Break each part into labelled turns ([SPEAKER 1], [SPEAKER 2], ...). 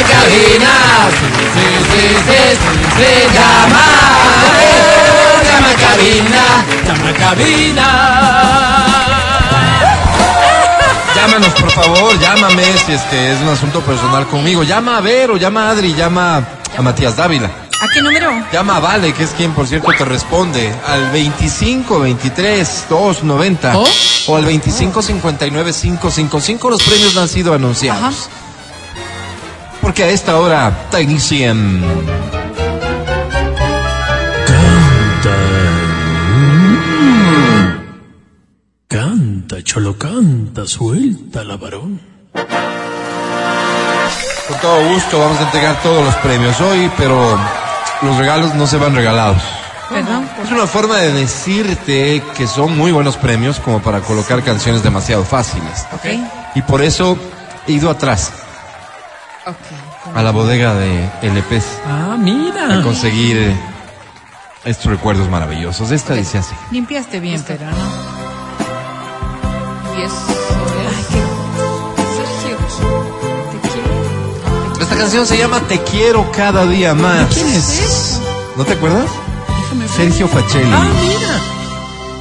[SPEAKER 1] cabinas. Sí, sí, sí, se llama. Llama cabina, llama cabina.
[SPEAKER 2] Llámanos, por favor, llámame si este es un asunto personal conmigo. Llama a Vero, llama a Adri, llama a Matías Dávila.
[SPEAKER 3] ¿A qué número?
[SPEAKER 2] Llama a Vale, que es quien, por cierto, te responde al 25 23 290
[SPEAKER 3] ¿Oh?
[SPEAKER 2] o al 25 59 555. Los premios no han sido anunciados.
[SPEAKER 3] Ajá.
[SPEAKER 2] Porque a esta hora, Technician.
[SPEAKER 4] Canta, cholo, canta, suelta la varón.
[SPEAKER 2] Con todo gusto vamos a entregar todos los premios hoy, pero los regalos no se van regalados.
[SPEAKER 3] ¿Verdad?
[SPEAKER 2] Es una forma de decirte que son muy buenos premios como para colocar canciones demasiado fáciles.
[SPEAKER 3] Ok.
[SPEAKER 2] Y por eso he ido atrás
[SPEAKER 3] Ok.
[SPEAKER 2] a la bodega de LPs
[SPEAKER 4] Ah,
[SPEAKER 2] a
[SPEAKER 4] mira.
[SPEAKER 2] conseguir eh, estos recuerdos maravillosos. Esta dice así.
[SPEAKER 3] Limpiaste bien, pero no. Y eso es. Sergio, te quiero.
[SPEAKER 2] Esta canción se llama Te quiero cada día más.
[SPEAKER 4] ¿Quién es?
[SPEAKER 2] ¿No te acuerdas?
[SPEAKER 4] Déjame ver.
[SPEAKER 2] Sergio Facelli.
[SPEAKER 4] Ah, mira.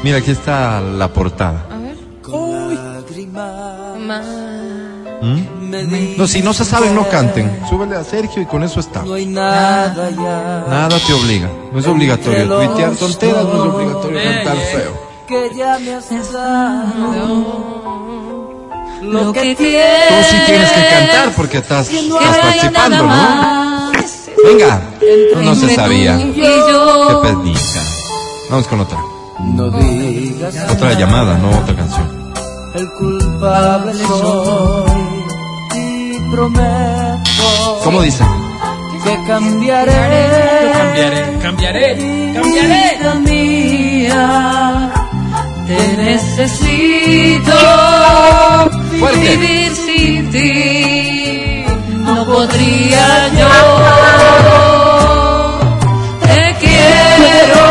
[SPEAKER 2] Mira, aquí está la portada.
[SPEAKER 3] A ver.
[SPEAKER 4] Uy,
[SPEAKER 3] Ma-
[SPEAKER 2] No, si no se ¿Mm? saben, no canten. Súbele a Sergio y con eso está.
[SPEAKER 5] No hay nada ya
[SPEAKER 2] Nada te obliga. No es obligatorio tuitear tonteras, no es obligatorio cantar
[SPEAKER 5] Eh.
[SPEAKER 2] feo.
[SPEAKER 5] que ya me has dado. Lo que
[SPEAKER 2] Tú
[SPEAKER 5] tienes
[SPEAKER 2] sí tienes que cantar pues. porque estás, estás participando, ¿no?
[SPEAKER 3] más.
[SPEAKER 2] Venga, no se sabía.
[SPEAKER 3] Y
[SPEAKER 2] Qué
[SPEAKER 3] yo.
[SPEAKER 2] penita. Vamos con otra.
[SPEAKER 5] No digas
[SPEAKER 2] Otra llamada, no otra canción.
[SPEAKER 5] el culpable soy y prometo
[SPEAKER 2] ¿Cómo dice?
[SPEAKER 5] que cambiaré.
[SPEAKER 4] cambiaré, cambiaré, cambiaré.
[SPEAKER 5] Vida mía, te necesito.
[SPEAKER 2] Fuerte.
[SPEAKER 5] Vivir sin ti no podría yo. Te quiero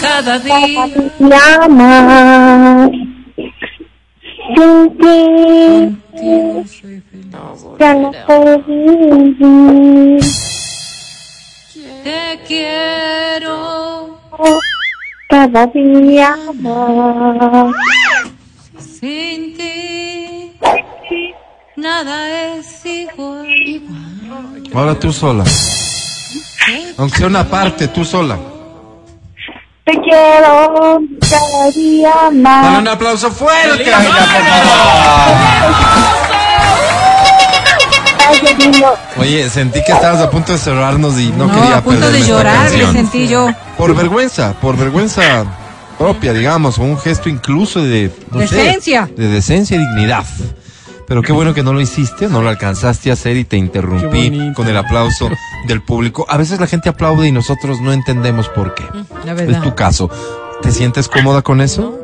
[SPEAKER 5] cada día.
[SPEAKER 6] Nada más. Sin ti ya no puedo vivir.
[SPEAKER 5] Te quiero
[SPEAKER 6] Cada día más.
[SPEAKER 5] sin ti. Nada es igual.
[SPEAKER 2] Ahora tú sola. Aunque sea una parte, tú sola.
[SPEAKER 6] Te quiero cada día
[SPEAKER 2] Dale
[SPEAKER 6] más.
[SPEAKER 2] un aplauso fuerte. Aida, por favor.
[SPEAKER 6] Ay, lindo.
[SPEAKER 2] Oye, sentí que estabas a punto de cerrarnos y no,
[SPEAKER 3] No,
[SPEAKER 2] quería
[SPEAKER 3] a punto
[SPEAKER 2] perderme
[SPEAKER 3] de
[SPEAKER 2] esta
[SPEAKER 3] llorar le
[SPEAKER 2] canción.
[SPEAKER 3] sentí yo.
[SPEAKER 2] Por vergüenza, por vergüenza propia, digamos, o un gesto incluso de no sé,
[SPEAKER 3] Decencia.
[SPEAKER 2] de decencia y dignidad. Pero qué bueno que no lo hiciste, no lo alcanzaste a hacer y te
[SPEAKER 4] Qué
[SPEAKER 2] interrumpí
[SPEAKER 4] bonito.
[SPEAKER 2] con el aplauso del público. A veces la gente aplaude y nosotros no entendemos por qué.
[SPEAKER 3] La
[SPEAKER 2] Es tu
[SPEAKER 3] verdad.
[SPEAKER 2] caso. ¿Te sientes cómoda con eso?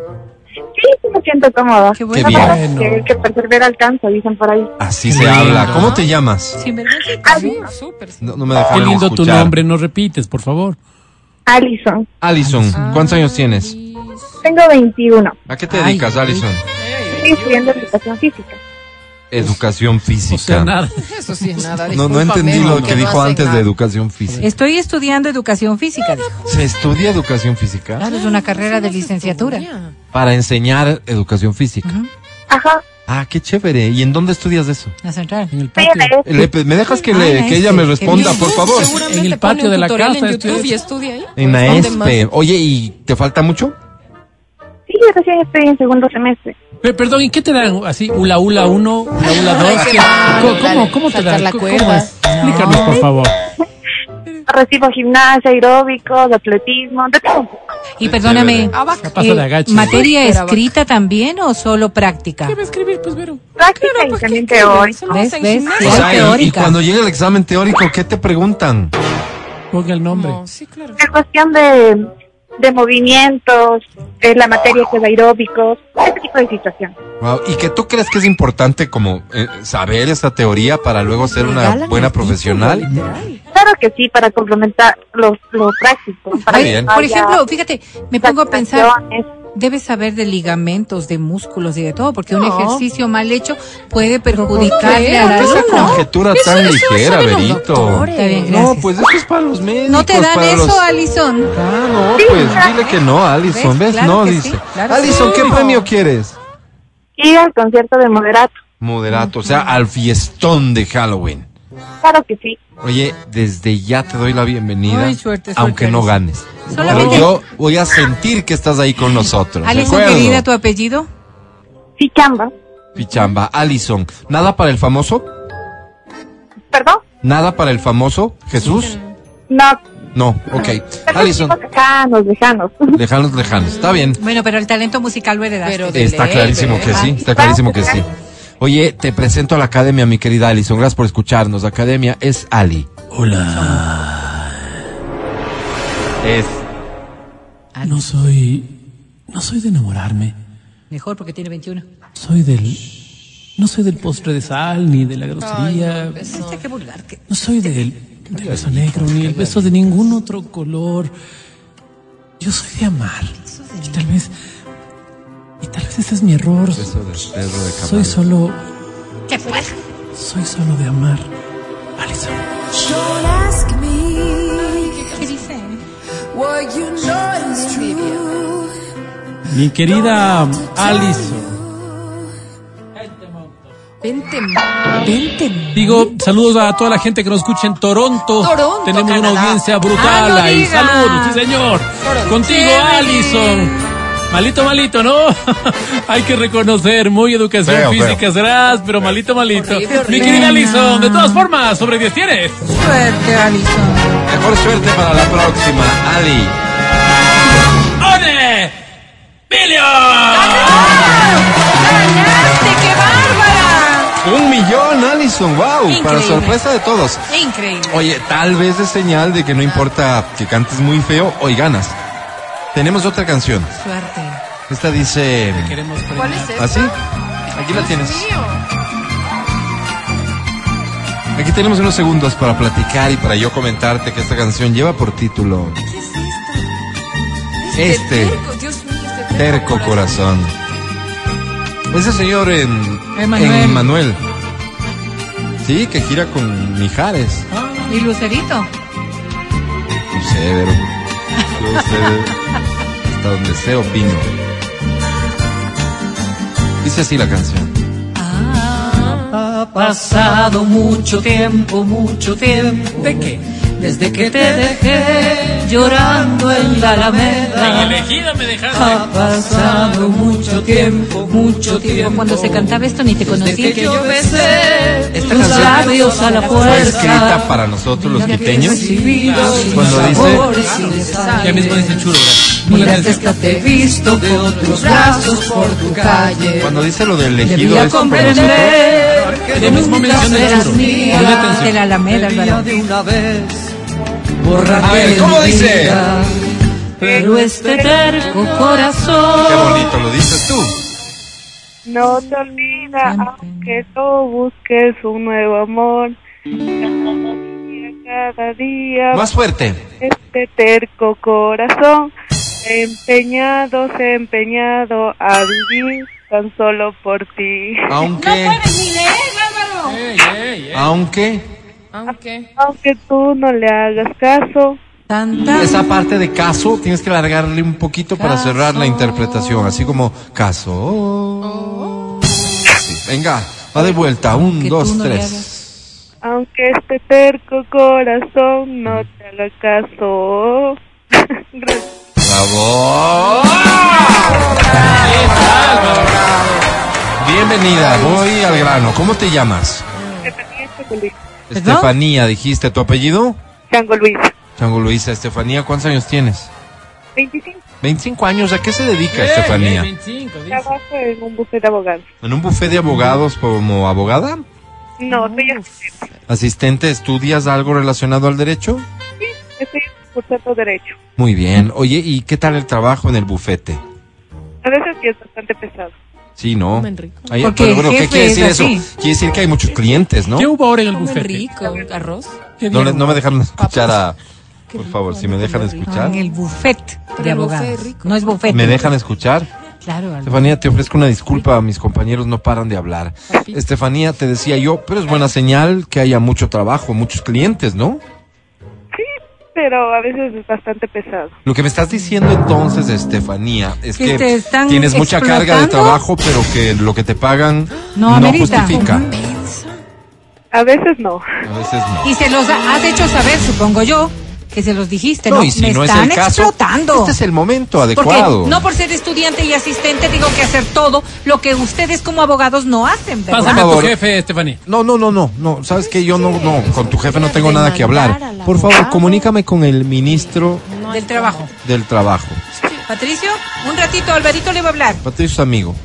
[SPEAKER 6] Sí, sí me siento cómoda.
[SPEAKER 3] Qué
[SPEAKER 2] Qué
[SPEAKER 3] bueno.
[SPEAKER 2] bien.
[SPEAKER 4] Bueno.
[SPEAKER 6] Que, que persevera alcanza, dicen por ahí.
[SPEAKER 2] Así
[SPEAKER 4] Qué
[SPEAKER 2] se
[SPEAKER 4] lindo.
[SPEAKER 2] habla. ¿Cómo te llamas?
[SPEAKER 3] Sin vergüenza. sí, súper.
[SPEAKER 2] No, no me
[SPEAKER 4] Qué
[SPEAKER 2] dejaron
[SPEAKER 4] lindo tu
[SPEAKER 2] escuchar.
[SPEAKER 4] nombre, no repites, por favor.
[SPEAKER 6] Alison,
[SPEAKER 2] Alison, ¿cuántos años tienes?
[SPEAKER 6] tengo 21.
[SPEAKER 2] ¿A qué te
[SPEAKER 4] Ay,
[SPEAKER 2] dedicas,
[SPEAKER 4] qué
[SPEAKER 2] Alison?
[SPEAKER 6] Estoy estudiando educación física.
[SPEAKER 2] Educación física.
[SPEAKER 4] O sea, nada.
[SPEAKER 7] Eso sí es nada.
[SPEAKER 2] No, no entendí
[SPEAKER 7] discúlpame,
[SPEAKER 2] lo que
[SPEAKER 7] no
[SPEAKER 2] dijo
[SPEAKER 7] hacen
[SPEAKER 2] antes
[SPEAKER 7] nada.
[SPEAKER 2] de educación física.
[SPEAKER 3] Estoy estudiando educación física. dijo.
[SPEAKER 2] ¿Se estudia educación física?
[SPEAKER 3] Claro, es
[SPEAKER 5] Ah,
[SPEAKER 3] una carrera de licenciatura.
[SPEAKER 2] Para enseñar educación física.
[SPEAKER 3] Ujú.
[SPEAKER 6] Ajá,
[SPEAKER 2] Ah, qué chévere. ¿Y en dónde estudias eso? Eh,
[SPEAKER 3] La central.
[SPEAKER 4] En el
[SPEAKER 6] estoy en
[SPEAKER 4] patio.
[SPEAKER 6] la E. ESI.
[SPEAKER 2] Le- ¿Me dejas que,
[SPEAKER 3] Ah,
[SPEAKER 2] le, que ella me
[SPEAKER 3] este,
[SPEAKER 2] responda,
[SPEAKER 3] que
[SPEAKER 2] por favor?
[SPEAKER 7] Seguramente
[SPEAKER 4] En el
[SPEAKER 7] pone
[SPEAKER 4] patio
[SPEAKER 7] un
[SPEAKER 4] de la
[SPEAKER 7] tutorial
[SPEAKER 4] casa,
[SPEAKER 7] En
[SPEAKER 4] estudia
[SPEAKER 7] YouTube y
[SPEAKER 4] eso.
[SPEAKER 7] estudia ahí.
[SPEAKER 2] En la
[SPEAKER 7] ¿Dónde más?
[SPEAKER 2] ESPE. Oye, ¿y te falta mucho?
[SPEAKER 6] Sí, recién estoy en segundo semestre.
[SPEAKER 4] Pe- perdón, ¿y qué te dan? Así, ula ula uno, ula ula dos. ¿qué? ¿Cómo, cómo, cómo te
[SPEAKER 7] Saltar
[SPEAKER 4] dan?
[SPEAKER 7] la
[SPEAKER 4] ¿Cómo
[SPEAKER 7] cuerda.
[SPEAKER 4] es? Explícanos, por favor.
[SPEAKER 6] Recibo gimnasia, aeróbicos, atletismo, de todo.
[SPEAKER 3] Y perdóname,
[SPEAKER 7] Ah, va.
[SPEAKER 4] La pasa de
[SPEAKER 3] eh,
[SPEAKER 4] agache.
[SPEAKER 3] ¿materia
[SPEAKER 7] Era vaca.
[SPEAKER 3] escrita también o solo práctica?
[SPEAKER 4] ¿Qué va a escribir? Pues, Vero.
[SPEAKER 6] Práctica
[SPEAKER 7] Claro,
[SPEAKER 6] y
[SPEAKER 7] pues,
[SPEAKER 6] también
[SPEAKER 7] ¿qué quieres?
[SPEAKER 6] teórico.
[SPEAKER 7] Solo
[SPEAKER 3] ¿Ves?
[SPEAKER 7] hacen
[SPEAKER 3] ¿Ves?
[SPEAKER 2] O
[SPEAKER 7] gimnasia.
[SPEAKER 3] Es
[SPEAKER 2] sea, Pues y- y,
[SPEAKER 3] teórica.
[SPEAKER 2] cuando llega el examen teórico, ¿qué te preguntan?
[SPEAKER 4] Ponga el nombre.
[SPEAKER 7] No, sí, claro.
[SPEAKER 6] Es cuestión de, de movimientos, eh, la materia que es aeróbicos, ese tipo de situación.
[SPEAKER 2] Wow, ¿Y que tú crees que es importante como eh, saber esta teoría para luego ser una
[SPEAKER 7] Regalan
[SPEAKER 2] buena
[SPEAKER 7] el título,
[SPEAKER 2] profesional?
[SPEAKER 7] literal.
[SPEAKER 6] Claro que sí, para complementar los, los prácticos. Para
[SPEAKER 2] Muy
[SPEAKER 6] que
[SPEAKER 2] bien.
[SPEAKER 6] no
[SPEAKER 3] Por
[SPEAKER 6] haya
[SPEAKER 3] ejemplo, fíjate, me pongo a pensar,
[SPEAKER 6] satisfacciones.
[SPEAKER 3] debes saber de ligamentos, de músculos y de todo, porque un
[SPEAKER 7] No.
[SPEAKER 3] ejercicio mal hecho puede perjudicarle
[SPEAKER 7] qué?
[SPEAKER 3] al
[SPEAKER 7] ¿Por qué
[SPEAKER 2] Esa
[SPEAKER 7] No,
[SPEAKER 3] alumno.
[SPEAKER 2] conjetura
[SPEAKER 7] Eso-
[SPEAKER 2] tan
[SPEAKER 7] eso lo
[SPEAKER 2] ligera,
[SPEAKER 7] saben los
[SPEAKER 2] Berito.
[SPEAKER 7] doctores.
[SPEAKER 3] Está bien,
[SPEAKER 2] No,
[SPEAKER 3] gracias.
[SPEAKER 2] pues eso es para los médicos.
[SPEAKER 3] No te dan
[SPEAKER 2] para
[SPEAKER 3] eso,
[SPEAKER 2] los-
[SPEAKER 3] Alison.
[SPEAKER 2] Ah, no, pues dile que no, Alison, ¿ves?
[SPEAKER 3] ¿Ves? Claro
[SPEAKER 2] no,
[SPEAKER 3] que sí,
[SPEAKER 2] dice.
[SPEAKER 3] claro que
[SPEAKER 2] Alison,
[SPEAKER 3] sí.
[SPEAKER 2] ¿qué premio quieres?
[SPEAKER 6] Y al concierto de Moderato.
[SPEAKER 2] Moderato, o sea, al fiestón de Halloween.
[SPEAKER 6] Claro que sí.
[SPEAKER 2] Oye, desde ya te doy la bienvenida,
[SPEAKER 3] Ay, suerte, suerte,
[SPEAKER 2] aunque no
[SPEAKER 3] Alison.
[SPEAKER 2] ganes. Pero
[SPEAKER 3] Solamente-
[SPEAKER 2] yo voy a sentir que estás ahí con nosotros. ¿de
[SPEAKER 3] Alison,
[SPEAKER 2] acuerdo?
[SPEAKER 3] querida, tu apellido.
[SPEAKER 6] Sí, chamba.
[SPEAKER 2] Pichamba, Alison, ¿nada para el famoso?
[SPEAKER 6] ¿Perdón?
[SPEAKER 2] ¿Nada para el famoso? ¿Jesús?
[SPEAKER 6] No.
[SPEAKER 2] No, ok.
[SPEAKER 6] Perdón,
[SPEAKER 2] Alison,
[SPEAKER 6] chicos lejanos, lejanos.
[SPEAKER 2] lejanos, lejanos, está bien.
[SPEAKER 3] Bueno, pero el talento musical lo heredaste.
[SPEAKER 7] Pero de
[SPEAKER 2] Está
[SPEAKER 7] leve,
[SPEAKER 2] clarísimo que
[SPEAKER 7] ¿eh?
[SPEAKER 2] sí, está clarísimo que sí. Oye, te presento a la academia, mi querida Alison. Gracias por escucharnos. La academia es Ali.
[SPEAKER 4] Hola,
[SPEAKER 2] Es.
[SPEAKER 4] Ah, no soy. No soy de enamorarme.
[SPEAKER 3] Mejor porque tiene 21.
[SPEAKER 4] Soy del. No soy del postre de sal, ni de la grosería.
[SPEAKER 3] Este, qué vulgar. que-
[SPEAKER 4] No soy del, del beso negro ni el beso de ningún otro color. Yo soy de amar. Y tal vez. Y tal vez ese es mi error. Soy solo. Soy solo de amar. Alison.
[SPEAKER 5] Don't ask me
[SPEAKER 3] ¿Qué dice?
[SPEAKER 5] what you know is true.
[SPEAKER 4] Mi querida Alison.
[SPEAKER 7] Vente, vente.
[SPEAKER 4] Digo, saludos a toda la gente que nos escucha en Toronto.
[SPEAKER 7] Toronto,
[SPEAKER 4] Tenemos una
[SPEAKER 7] Canadá.
[SPEAKER 4] audiencia brutal
[SPEAKER 7] Ah, no
[SPEAKER 4] ahí.
[SPEAKER 7] digas.
[SPEAKER 4] Saludos, sí señor.
[SPEAKER 7] Toronto.
[SPEAKER 4] Contigo, Alison. Malito, malito, ¿no? Hay que reconocer, muy educación
[SPEAKER 2] Feo,
[SPEAKER 4] física serás, pero malito, malito.
[SPEAKER 7] Horrible, horrible.
[SPEAKER 4] Mi querida Alison, de todas formas, sobre 10 tienes.
[SPEAKER 3] Suerte, Alison.
[SPEAKER 2] Mejor suerte para la próxima, Ali.
[SPEAKER 4] ¡One! ¡Billion!
[SPEAKER 7] ¡Ganaste! ¡Qué bárbara!
[SPEAKER 2] Un millón, Alison. Wow. Para
[SPEAKER 7] Increíble.
[SPEAKER 2] sorpresa de todos.
[SPEAKER 7] Increíble.
[SPEAKER 2] Oye, tal vez es señal de que no importa que cantes muy feo, hoy ganas. Tenemos otra canción.
[SPEAKER 7] Suerte.
[SPEAKER 2] Esta dice.
[SPEAKER 4] Queremos
[SPEAKER 7] ¿Cuál es ese?
[SPEAKER 2] ¿Así? Aquí la tienes. Aquí tenemos unos segundos para platicar y para yo comentarte que esta canción lleva por título
[SPEAKER 7] ¿Qué es esto?
[SPEAKER 2] Este.
[SPEAKER 7] terco, Dios mío, este
[SPEAKER 2] Terco Corazón. Ese señor en
[SPEAKER 3] Emanuel.
[SPEAKER 2] en Manuel. Sí, que gira con Mijares.
[SPEAKER 3] ¿Y Lucerito?
[SPEAKER 2] No sé, pero yo sé hasta donde sé opino. Dice así la canción.
[SPEAKER 5] Ha pasado mucho tiempo, mucho tiempo. ¿De qué? Desde que te dejé llorando en la alameda.
[SPEAKER 4] Elegida me
[SPEAKER 7] Ah.
[SPEAKER 5] Ha
[SPEAKER 4] dejaste.
[SPEAKER 5] pasado mucho tiempo, mucho tiempo.
[SPEAKER 3] Cuando se cantaba esto ni te
[SPEAKER 5] Desde
[SPEAKER 3] conocí.
[SPEAKER 5] que yo besé
[SPEAKER 2] Esta
[SPEAKER 5] tus
[SPEAKER 2] canción
[SPEAKER 5] labios a la
[SPEAKER 2] Fue escrita
[SPEAKER 5] fuerza.
[SPEAKER 2] para nosotros los quiteños.
[SPEAKER 5] pues
[SPEAKER 2] Cuando
[SPEAKER 5] Cuando
[SPEAKER 2] dice-
[SPEAKER 5] dice.
[SPEAKER 4] Ya mismo dice chulo,
[SPEAKER 5] Mira que hasta te he visto de otros brazos por tu calle.
[SPEAKER 2] Cuando dice lo del
[SPEAKER 5] Debí
[SPEAKER 2] elegido es por nosotros.
[SPEAKER 5] comprender que
[SPEAKER 4] Lo mismo
[SPEAKER 5] nunca
[SPEAKER 4] menciona el
[SPEAKER 5] serás
[SPEAKER 4] churro.
[SPEAKER 5] mía.
[SPEAKER 4] Ponle atención.
[SPEAKER 3] De la Alameda,
[SPEAKER 5] Debía
[SPEAKER 3] Álvaro.
[SPEAKER 5] de una vez borrarte
[SPEAKER 2] A ver,
[SPEAKER 5] de
[SPEAKER 2] ¿cómo
[SPEAKER 5] mi
[SPEAKER 2] dice?
[SPEAKER 5] vida. Pero este terco
[SPEAKER 2] Qué
[SPEAKER 5] corazón
[SPEAKER 2] bonito, lo dices tú.
[SPEAKER 6] No te olvida,
[SPEAKER 3] Siempre.
[SPEAKER 6] aunque tú busques un nuevo amor. Cada día,
[SPEAKER 2] Más fuerte.
[SPEAKER 6] este terco corazón, empeñado, empeñado a vivir tan solo por ti.
[SPEAKER 2] Aunque, aunque
[SPEAKER 7] Aunque.
[SPEAKER 6] Aunque tú no le hagas caso,
[SPEAKER 3] Tan, tan.
[SPEAKER 2] esa parte de caso tienes que alargarle un poquito para cerrar la interpretación, así como caso. Sí, venga, va de vuelta, un,
[SPEAKER 3] Oh, Que tú
[SPEAKER 2] dos,
[SPEAKER 3] no le
[SPEAKER 2] tres.
[SPEAKER 3] hagas.
[SPEAKER 6] aunque este terco corazón no te haga caso. Gracias.
[SPEAKER 2] Bravo. ¡Ah! Bienvenida, voy al grano. ¿Cómo te llamas?
[SPEAKER 6] Estefanía Chango Luis.
[SPEAKER 3] ¿Perdón?
[SPEAKER 2] Estefanía, dijiste tu apellido.
[SPEAKER 6] Chango Luis.
[SPEAKER 2] Chango Luisa, Estefanía, ¿cuántos años tienes?
[SPEAKER 6] 25.
[SPEAKER 2] 25 años, ¿a qué se dedica Estefanía?
[SPEAKER 4] eh,
[SPEAKER 6] Trabajo en un bufete de abogados.
[SPEAKER 2] ¿En un buffet de abogados como abogada?
[SPEAKER 6] No, estoy asistente.
[SPEAKER 2] ¿Asistente, estudias algo relacionado al derecho?
[SPEAKER 6] Estoy cursando Derecho.
[SPEAKER 2] Muy bien. Oye, ¿y qué tal el trabajo en el bufete?
[SPEAKER 6] A veces sí es bastante pesado.
[SPEAKER 2] Sí, ¿no?
[SPEAKER 7] Comen rico.
[SPEAKER 2] Ay,
[SPEAKER 3] Porque
[SPEAKER 2] pero bueno,
[SPEAKER 3] el
[SPEAKER 2] ¿qué
[SPEAKER 3] jefe
[SPEAKER 2] quiere decir
[SPEAKER 3] es
[SPEAKER 2] eso?
[SPEAKER 3] así.
[SPEAKER 2] Quiere decir que hay muchos clientes, ¿no?
[SPEAKER 4] ¿Qué hubo ahora en el
[SPEAKER 7] Comen
[SPEAKER 4] bufete?
[SPEAKER 7] rico. Arroz.
[SPEAKER 4] ¿Qué
[SPEAKER 2] No, le-
[SPEAKER 4] dieron?
[SPEAKER 2] no me dejaron escuchar a, Por favor, si me dejan escuchar.
[SPEAKER 3] En el buffet de
[SPEAKER 7] el buffet
[SPEAKER 3] abogados.
[SPEAKER 7] rico.
[SPEAKER 3] No es buffet.
[SPEAKER 2] ¿Me dejan escuchar?
[SPEAKER 3] Claro, Alberto.
[SPEAKER 2] Estefanía, te ofrezco una disculpa, mis compañeros no paran de hablar. Estefanía, te decía yo, pero es buena señal que haya mucho trabajo, muchos clientes, ¿no?
[SPEAKER 6] Pero a veces es bastante pesado.
[SPEAKER 2] Lo que me estás diciendo entonces, Estefanía, es
[SPEAKER 3] Que
[SPEAKER 2] que,
[SPEAKER 3] te están
[SPEAKER 2] tienes mucha carga de
[SPEAKER 3] explotando.
[SPEAKER 2] trabajo, pero que lo que te pagan
[SPEAKER 3] No
[SPEAKER 2] no,
[SPEAKER 3] amerita.
[SPEAKER 2] justifica.
[SPEAKER 6] A veces no.
[SPEAKER 2] A veces no.
[SPEAKER 3] Y se los ha- has hecho saber, supongo yo, que se los dijiste. No,
[SPEAKER 2] y si
[SPEAKER 3] me
[SPEAKER 2] no es
[SPEAKER 3] están
[SPEAKER 2] el caso,
[SPEAKER 3] explotando.
[SPEAKER 2] este es el momento
[SPEAKER 3] Porque
[SPEAKER 2] adecuado.
[SPEAKER 3] no por ser estudiante y asistente tengo que hacer todo lo que ustedes como abogados no hacen, ¿verdad?
[SPEAKER 4] Pásame a tu
[SPEAKER 2] favor.
[SPEAKER 4] jefe, Stephanie.
[SPEAKER 2] No, no, no, no, no, sabes que yo no, no, con tu jefe no tengo nada que hablar.
[SPEAKER 1] al
[SPEAKER 2] Por favor,
[SPEAKER 1] abogado.
[SPEAKER 2] comunícame con el ministro
[SPEAKER 3] Del trabajo.
[SPEAKER 2] del trabajo.
[SPEAKER 3] Patricio, un ratito, Alvarito le va a hablar.
[SPEAKER 2] Patricio es amigo.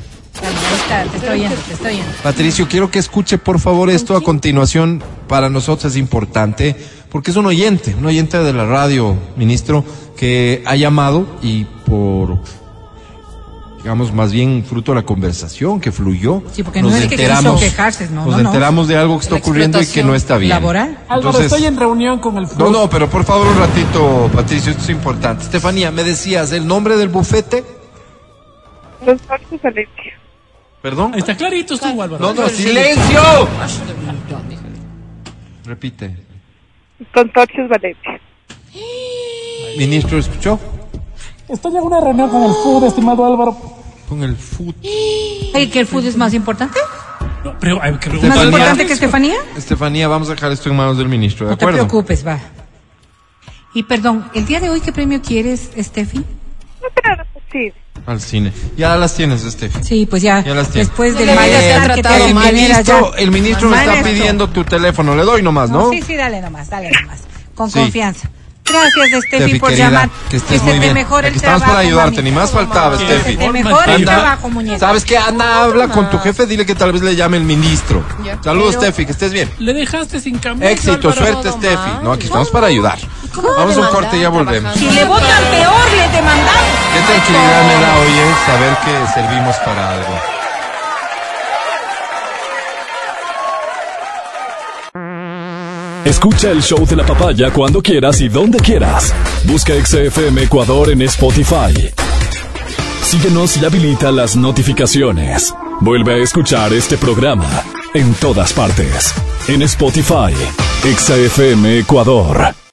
[SPEAKER 3] Ahí está, te estoy oyendo, te estoy oyendo.
[SPEAKER 2] Patricio, quiero que escuche por favor esto a continuación. Para nosotros es importante porque es un oyente, un oyente de la radio, ministro, que ha llamado y por, digamos, más bien fruto de la conversación que fluyó,
[SPEAKER 3] Sí, porque no es que quiso quejarse, no,
[SPEAKER 2] nos
[SPEAKER 3] no, no.
[SPEAKER 2] enteramos de algo que está
[SPEAKER 3] La
[SPEAKER 2] ocurriendo y que no está bien.
[SPEAKER 3] laboral.
[SPEAKER 2] Entonces,
[SPEAKER 4] reunión con el
[SPEAKER 2] no, no, pero por favor un ratito, Patricio, esto es importante. Estefanía, me decías el nombre del bufete,
[SPEAKER 6] Los cortes Alexia.
[SPEAKER 2] perdón.
[SPEAKER 4] Está clarito, estoy igual,
[SPEAKER 2] No, no, silencio.
[SPEAKER 1] ¡Silencio!
[SPEAKER 2] Repite.
[SPEAKER 6] Consorcios Valencia.
[SPEAKER 2] Ministro, ¿escuchó?
[SPEAKER 4] Estoy en una reunión con el FUD, estimado Álvaro.
[SPEAKER 2] Con el fútbol.
[SPEAKER 3] Ay, ¿Que el fútbol es más importante?
[SPEAKER 4] No, pero hay que
[SPEAKER 3] ¿Más
[SPEAKER 2] Estefanía.
[SPEAKER 4] preguntar.
[SPEAKER 3] importante que Estefanía?
[SPEAKER 2] Estefanía, vamos a dejar esto en manos del ministro, ¿de
[SPEAKER 3] No te
[SPEAKER 2] acuerdo?
[SPEAKER 3] preocupes, va. Y perdón, ¿el día de hoy qué premio quieres, Steffi?
[SPEAKER 6] No, pero sí.
[SPEAKER 2] Al cine. Ya las tienes, Estefi.
[SPEAKER 3] Sí, pues ya,
[SPEAKER 2] Ya las tiene.
[SPEAKER 3] después del
[SPEAKER 7] Eh,
[SPEAKER 3] mal estar
[SPEAKER 7] el
[SPEAKER 3] que te
[SPEAKER 7] tratado
[SPEAKER 3] hacen
[SPEAKER 2] El
[SPEAKER 3] tener allá.
[SPEAKER 2] ministro, el ministro me
[SPEAKER 3] Mal
[SPEAKER 2] está
[SPEAKER 3] esto.
[SPEAKER 2] pidiendo tu teléfono. Le doy nomás,
[SPEAKER 3] No,
[SPEAKER 2] ¿no?
[SPEAKER 3] Sí, sí, dale nomás, dale nomás. Con
[SPEAKER 2] Sí.
[SPEAKER 3] confianza. Gracias, Steffi,
[SPEAKER 2] Steffi,
[SPEAKER 3] por
[SPEAKER 2] querida,
[SPEAKER 3] llamar.
[SPEAKER 2] que estés
[SPEAKER 3] se
[SPEAKER 2] muy
[SPEAKER 3] te
[SPEAKER 2] bien.
[SPEAKER 3] mejore
[SPEAKER 2] Aquí
[SPEAKER 3] el
[SPEAKER 2] estamos para
[SPEAKER 3] trabajo,
[SPEAKER 2] ayudarte,
[SPEAKER 3] mamita.
[SPEAKER 2] ni más faltaba,
[SPEAKER 3] Que
[SPEAKER 2] Steffi.
[SPEAKER 3] Se te mejore el
[SPEAKER 4] Anda.
[SPEAKER 3] trabajo, Ah. muñeca.
[SPEAKER 2] ¿Sabes qué? Ana, habla con tu jefe, dile que tal vez le llame el ministro.
[SPEAKER 7] Ya.
[SPEAKER 2] Saludos,
[SPEAKER 7] Pero-
[SPEAKER 2] Steffi, que estés bien.
[SPEAKER 4] Le dejaste sin camisa.
[SPEAKER 2] Éxito,
[SPEAKER 4] Álvaro.
[SPEAKER 2] suerte,
[SPEAKER 7] todo
[SPEAKER 2] Steffi.
[SPEAKER 7] mal.
[SPEAKER 2] No, aquí
[SPEAKER 7] No,
[SPEAKER 2] estamos para ayudar.
[SPEAKER 7] cómo va a
[SPEAKER 2] Vamos a un
[SPEAKER 7] demandar
[SPEAKER 2] corte y ya volvemos.
[SPEAKER 7] trabajando?
[SPEAKER 3] Si le votan peor, le demandamos.
[SPEAKER 2] Qué tranquilidad me da hoy eh, saber que servimos para algo.
[SPEAKER 8] Escucha el show de la papaya cuando quieras y donde quieras. Busca XFM Ecuador en Spotify. Síguenos y habilita las notificaciones. Vuelve a escuchar este programa en todas partes. En Spotify, XFM Ecuador.